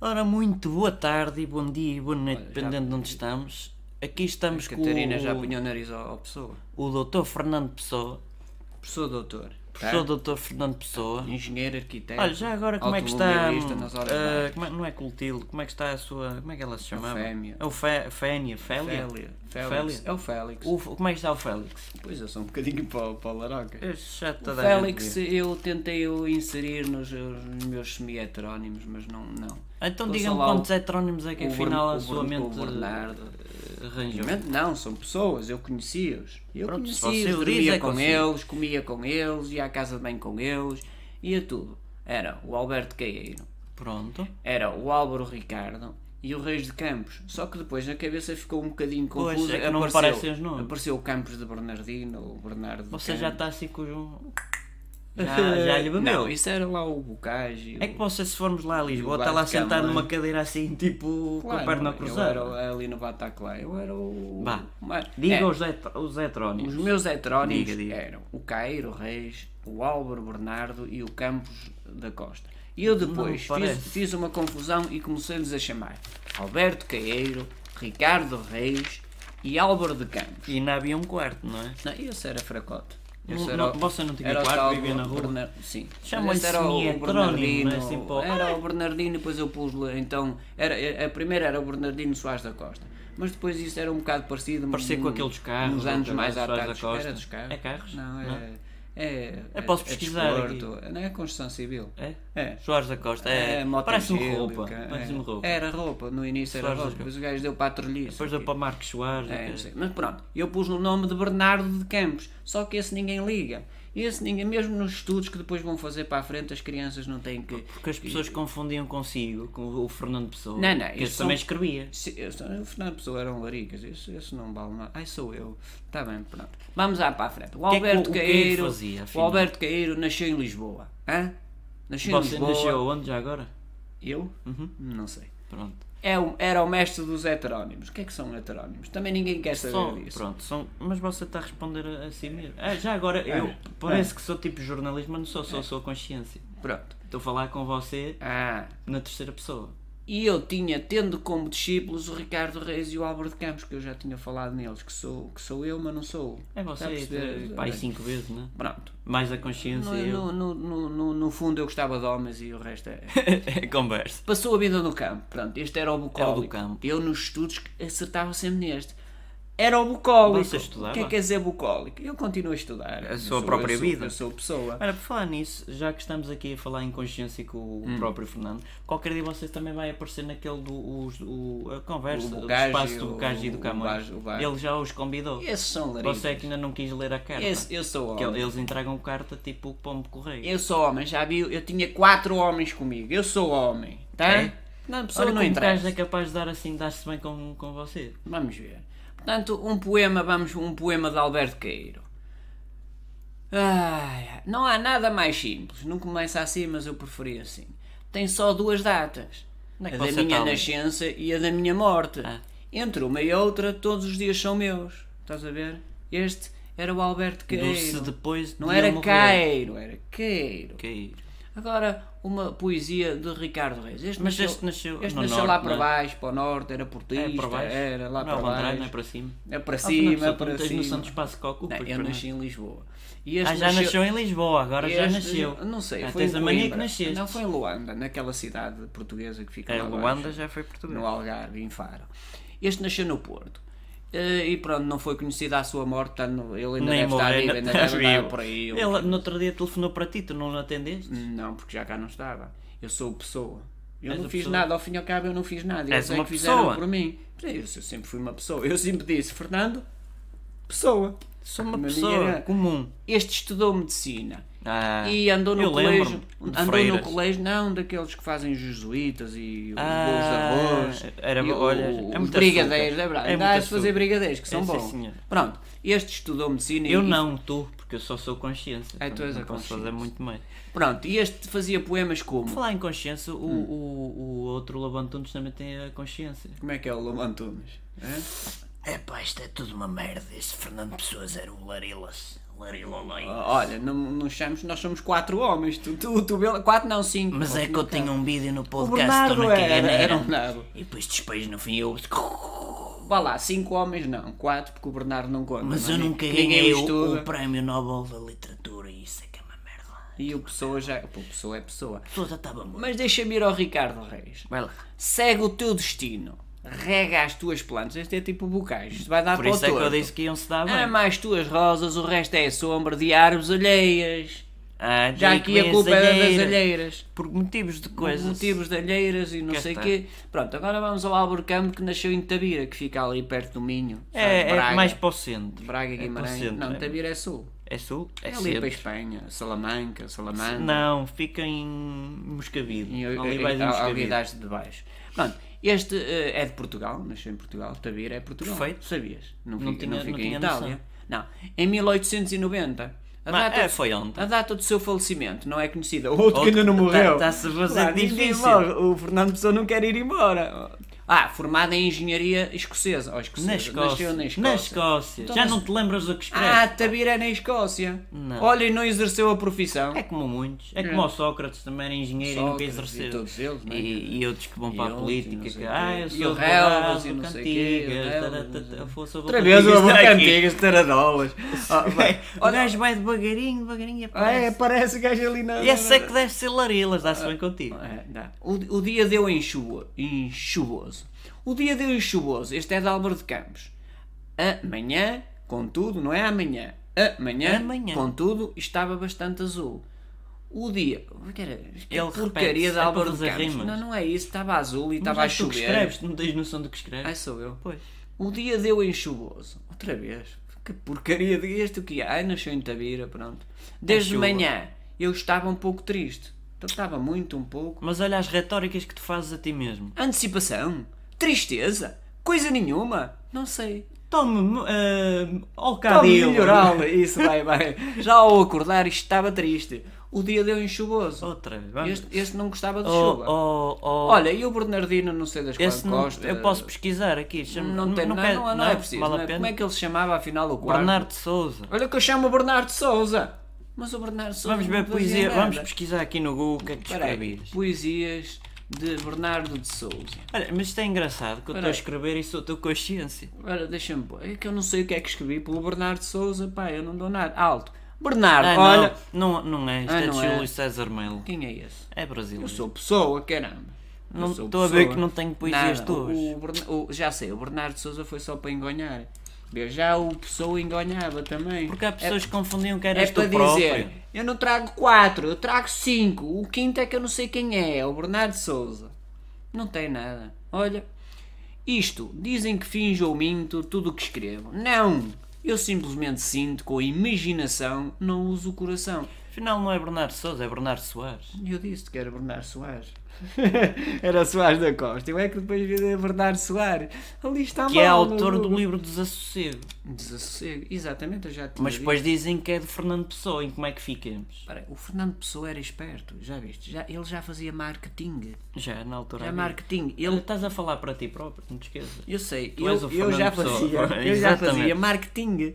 Ora, muito boa tarde, e bom dia e boa noite, Olha, já- dependendo de onde estamos. Aqui estamos A com Catarina já o, apanhou o nariz ao, ao pessoa. o Dr. Fernando Pessoa, Professor doutor. professor tá? Dr. Fernando Pessoa. Engenheiro, arquiteto. Olha, já agora como é que está. automobilista nas horas ah, vagas. como é- não é Clotilde, como é que está a sua. Como é que ela se chamava? Fémia. É o Fé, Fénia, Félia? Félia. Félia. Félix. É o Félix. é? O- como é que está o Félix? Pois eu sou um bocadinho para, o- para o Laroca. Este já O É toda a gente Félix vê. eu tentei o inserir nos, nos meus semi-heterónimos, mas não. não. Então Ouça digam lá o- quantos heterónimos é que o afinal Bern- a o sua Bern- mente o Bernardo. eh, arranjou. Obviamente não, são pessoas, eu conhecia-os. Eu Pronto, se você conhecia-os, o diz, dormia é com consigo. eles, comia com eles, ia à casa de bem com eles, ia tudo. Era o Alberto Caeiro, Pronto. era o Álvaro Ricardo e o Reis de Campos. Só que depois na cabeça ficou um bocadinho Pois, confuso. é que não aparecem os nomes. Apareceu o Campos de Bernardino, o Bernardo de Você já Campos. está assim com o. Já, já lhe bebeu. Não, isso era lá o Bocage. É que você, se formos lá a Lisboa, O bar está lá de cama, sentado não é? numa cadeira assim, tipo, com a perna Eu cruzada. era ali no Bataclan, eu era o. Vá. Mas- Diga é, os het- os Os heterónimos. meus heterónimos Diga, diga. eram o Cairo Reis, o Álvaro Bernardo e o Campos da Costa. E eu depois Não fiz, parece. fiz uma confusão e comecei-lhes a chamar Alberto Caeiro, Ricardo Reis e Álvaro de Campos. E ainda havia um quarto, não é? Não, esse era fracote. Não- Esse não- o- você não tinha era o quarto, tal vivia na rua? Bernar- sim. Chamam-lhe Esse era o semi-heterónimo, Bernardino. não é? Assim, pô, Era o Bernardino, depois eu pus-lhe. Então, era, a- a primeira era o Bernardino Soares da Costa. Mas depois isso era um bocado parecido. Parecia com aqueles carros, Uns anos ou mais à Soares da tarde. Costa. Era dos carros. É carros? Não, Não? é. É, Eu posso pesquisar aqui. desporto, Não é construção civil. É? É. Soares da Costa. É, É, moto parece-me angélica, roupa. é. Parece-me roupa. Era roupa, no início era Soares da roupa. Depois o gajo deu para a treliça. Depois deu para Marcos Soares. É, ok. não sei. Mas pronto, eu pus o nome de Bernardo de Campos, só que esse ninguém liga. Esse ninguém, mesmo nos estudos que depois vão fazer para a frente, as crianças não têm que. Porque as pessoas confundiam consigo com o Fernando Pessoa. Não, não, Que isso esse também são- escrevia. Se- eu sou- O Fernando Pessoa eram laricas, isso, isso não vale nada. Ai, sou eu. Está bem, pronto. Vamos lá para a frente. que é O que o- Alberto o que é que Caeiro. fazia, o afinal? Alberto Caeiro nasceu em Lisboa. Hã? Nasceu em Você Lisboa. nasceu Uhum. onde já agora? Eu? Não sei. Pronto. É o- era o mestre dos heterónimos. O que é que são heterónimos? Também ninguém quer saber São- disso. pronto, são, mas você está a responder a, a si mesmo. Ah, já agora, eu É. parece que sou tipo jornalismo, mas não sou, sou a sua consciência. Pronto. Estou a falar com você Ah. na terceira pessoa. E eu tinha, tendo como discípulos o Ricardo Reis e o Álvaro de Campos, que eu já tinha falado neles, que sou, que sou eu, mas não sou. É Está Tá a você, perceber? é, pai, cinco vezes, né? Pronto. Mais a consciência No, e eu. no, no, no, no- no fundo eu gostava de homens e o resto é. É Conversa. Passou a vida no campo. Pronto, este era o É bucólico. o do campo. Eu nos estudos acertava sempre neste. Era o bucólico. Você estudava? O que é que quer dizer bucólico? Eu continuo a estudar. A sua própria vida. Eu sou pessoa. Ora, por falar nisso, já que estamos aqui a falar em consciência com o Hum. próprio Fernando, qualquer dia você também vai aparecer naquele do os- o- a conversa O do Bocage, espaço do o- Bocage e do o Camões. Baj- o Baj. Ele já os convidou. Esses são laricos. Você é que ainda não quis ler a carta. Esse, eu sou Que é homem. eles entregam carta tipo pombo correio. Eu sou homem, já viu? Eu tinha quatro homens comigo. Eu sou homem, tá? É? Não, a pessoa Olha não como o gajo é interessa. capaz de dar assim, dar-se bem com, com você. Vamos ver. Portanto, um poema, vamos, um poema de Alberto Caeiro. Ai, não há nada mais simples. Não começa assim, mas eu preferi assim. Tem só duas datas. Onde é a que da você minha tá ali? nascença e a da minha morte. Ah. Entre uma e outra, todos os dias são meus. Estás a ver? Este era o Alberto Do Caeiro. se depois Não de era é. eu morrer. Caeiro, era Caeiro. Cair. Agora, uma poesia de Ricardo Reis. Este Mas nasceu, este nasceu este no nasceu norte, lá não para é? baixo, para o norte, era portista, É para baixo. era lá não, para ao contrário, baixo. Não é para cima. É para Ah, Fernando, cima, só tu para não tens cima. noção do espaço que ocupas, Não, pois eu não. é? nasci em Lisboa. E este Ah, já nasceu em Lisboa, agora já este- nasceu. Não sei, Ah, foi tens em a mania que Coimbra. nasceste. Não, foi em Luanda, naquela cidade portuguesa que fica É, lá Luanda abaixo, já foi português. No Algarve, em Faro. Este nasceu no Porto. Eh, E pronto, não foi conhecida a sua morte, portanto, ele ainda Nem deve estar morrer, vivo, ainda ainda estás deve estar vivo. por aí. um ou- Ele no outro dia telefonou para ti, tu um não atendeste? Não, porque já cá não estava. Eu sou pessoa. Eu És não a fiz pessoa. nada, ao fim e ao cabo eu não fiz nada. És Eles é uma que fizeram pessoa. por mim. é Eu sempre fui uma pessoa. Eu sempre disse, Fernando, pessoa. Sou uma Uma pessoa menina. comum. Este estudou medicina. é- Ah, E andou no eu colégio. lembro-me de Andou Freiras. no colégio, não daqueles que fazem jesuítas e os Ah, bolos de arroz. era- e olha, é os muito brigadeiros, açúcar. é verdade. É Ainda muito há de fazer açúcar. brigadeiros, que são É, sim, bons. senhor. Pronto, este estudou medicina Eu e- não, tu, porque eu só sou consciência. Ah, tu és não a posso fazer consciência. muito mais. Pronto, e este fazia poemas Por como? Falar em consciência, o, o, o outro Lobantunos também tem a consciência. Como é que é o Lomão Tunes? Hã? É pá, isto é tudo uma merda. Este Fernando Pessoas era o Larilas. Larilolei. Olha, não, não chames, nós somos quatro homens, tu, tu, tu Bela- quatro não, cinco. Mas é que eu tinha um vídeo no podcast é, Bernardo do Ana era- Caganeira. era o Bernardo. E depois despejo no fim eu. Vá lá, cinco homens não, quatro, porque o Bernardo não conta. Mas não é? eu nunca Ninguém ganhei o, estuda. o prémio Nobel da Literatura e isso é que é uma merda. E o Pessoa já. Pô, Pessoa é Pessoa. Pessoa já estava morto. Mas deixa-me ir ao Ricardo Reis. Vai lá. Segue o teu destino. Rega as tuas plantas. Este é tipo bocais. Isto vai dar Por para o isso é que eu torto. disse que iam se dar bem. Ama as tuas rosas, o resto é sombra de árvores alheias. Ah, Já daí que aqui a vem culpa era das alheiras. alheiras. Por motivos de Por coisas. motivos de alheiras e não Cá sei o está. quê. Pronto, agora vamos ao Alburcampo que nasceu em Tabira, que fica ali perto do Minho. sabe? É, é Braga. mais para o centro. Braga É e para o Guimarães. centro, não, é. Tabira é sul. É sul? É, É ali para a centro. Espanha. Salamanca, Salamanca. Não, fica em Moscavide. E eu- eh, Ali eu- vais em ao- ao Moscavide. Vidares de baixo. Pronto, este eh, é de Portugal, nasceu em Portugal, Tabira é Portugal. Perfeito. Sabias? Não, Não fica, tinha- não fica não em tinha Itália. noção. Não, em 1890. A Mas, data, é, foi ontem. a data do seu falecimento não é conhecida. Outro, que Outro- ainda não morreu. tá- tá-se a fazer ninguém difícil. morre. O Fernando Pessoa não quer ir embora. Ah, formada em engenharia escocesa. Ou escocesa. Na Escócia. Nasceu na Escócia. Na Escócia. Então Já nas- não te lembras do que escreve? Ah, Tabira é na Escócia. Não. Olha, e não exerceu a profissão. É como muitos. É como o Sócrates também era engenheiro e nunca Sócrates e exerceu. todos eles, não é? E, e outros que vão para E a outros, e não política. sei Que, quê. ah, eu E sou o Relvas, Relvas, e eu não sei quê, o Relvas, não sei cantigas. quê. fosse Outra vez o avô Está aqui. cantigas, taradolas. Ah, vai. O gajo vai devagarinho, devagarinho e Ah, é, aparece. parece o gajo ali na. E esse é que deve ser Larilas, dá-se bem contigo. É, dá. O, o dia deu em chuva, em chuvoso. O dia deu em chuvoso. Este é de Álvaro de Campos. Amanhã, contudo, não é amanhã. Amanhã, Amanhã. contudo, estava bastante azul. O dia. o que era? Que Ele repete-se, porcaria é de para Álvaro de fazer Campos. rimas. Não, não é isso. Estava azul Mas e estava a és tu que chover. escreves, tu não é? tens noção do que Ai, escreves. sou eu. Pois. O Um dia deu em chuvoso. Outra vez. Que porcaria de este que é? Ai, nasceu em Tabira, pronto. Desde chuva. manhã eu estava um pouco triste. Então estava muito, um pouco. Mas olha as retóricas que tu fazes a ti mesmo. Antecipação? Tristeza? Coisa nenhuma? Não sei. Tome-me. Uh, ao Está cadelo. melhoral. Isso, vai, vai. Já ao acordar estava triste. O dia deu em chuvoso. Outra vez. Vamos. Este, este não gostava de Oh, chuva. oh, oh. Olha, e o Bernardino, não sei das quais Esse não, Costa. eu posso pesquisar aqui. chama- Não, tem, não, quer- não, não é preciso. Vale não é- a pena. Como é que ele se chamava afinal o quarto? Bernardo Souza. Olha que eu chamo o Bernardo Souza. Mas o Bernardo Souza. Vamos ver não fazia poesia. nada. Vamos pesquisar aqui no Google o que é que tu Espera aí, escrevias. Poesias de Bernardo de Souza. Olha, mas isto é engraçado que eu estou Espera a aí. escrever e sou a tua consciência. Olha, deixa-me. pôr. É que eu não sei o que é que escrevi pelo Bernardo Souza. Pá, eu não dou nada. Alto. Bernardo, Ah, olha. não, não, não é. Isto Ah, é de não Júlio é. César Melo. Quem é esse? É Eu brasileiro. sou pessoa, caramba. Eu Não- sou estou a ver pessoa. que não tenho poesias Nada, tuas. o- o Berna- o- já sei, o Bernardo Souza foi só para engonhar. Vê, Já o pessoa engonhava também. Porque há É- pessoas que confundiam que eras É para tu dizer, próprio. eu não trago quatro, eu trago cinco. O quinto é que eu não sei quem é, é o Bernardo Souza. Não tem nada. Olha, isto, dizem que finjo ou minto tudo o que escrevo. Não! Eu simplesmente sinto com a imaginação, não uso o coração. Afinal, não é Bernardo Souza, é Bernardo Soares. Eu disse que era Bernardo Soares. era Soares da Costa. Eu é que depois vi Bernardo Soares. Ali está Que é autor do livro Desassossego. Desassossego. Exatamente, eu já tinha Mas dito. depois dizem que é de Fernando Pessoa, em como é que ficamos? Espera aí, o Fernando Pessoa era esperto, já viste? Já, ele já fazia marketing. Já, na altura. Já havia. marketing. Ele Ele, estás a falar para ti próprio, não te esqueças. eu sei, Tu eu, és o eu já Fernando fazia. Pessoa. Eu já Exatamente. fazia marketing.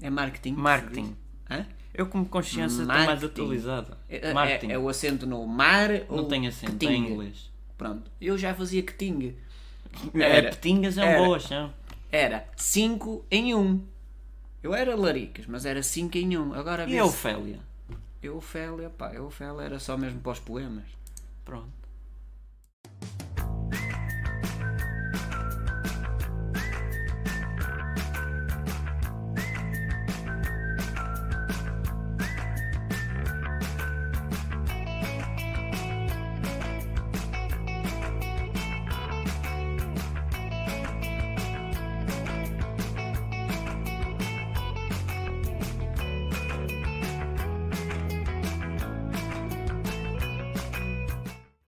É marketing? que se Marketing. diz? Hã? Eu, como consciência, estou mais Marketing. atualizado. É- é- Marketing. É, o acento no mar Não ou tem acento, é keting? em inglês. Pronto, eu já fazia keting. É, petingas é um era. bom achão. Era 5 em 1. Um. Eu era laricas, mas era 5 em 1. Um. Agora E vê a se- Ofélia? Eu, Ofélia, pá, eu, Ofélia, era só mesmo para os poemas. Pronto.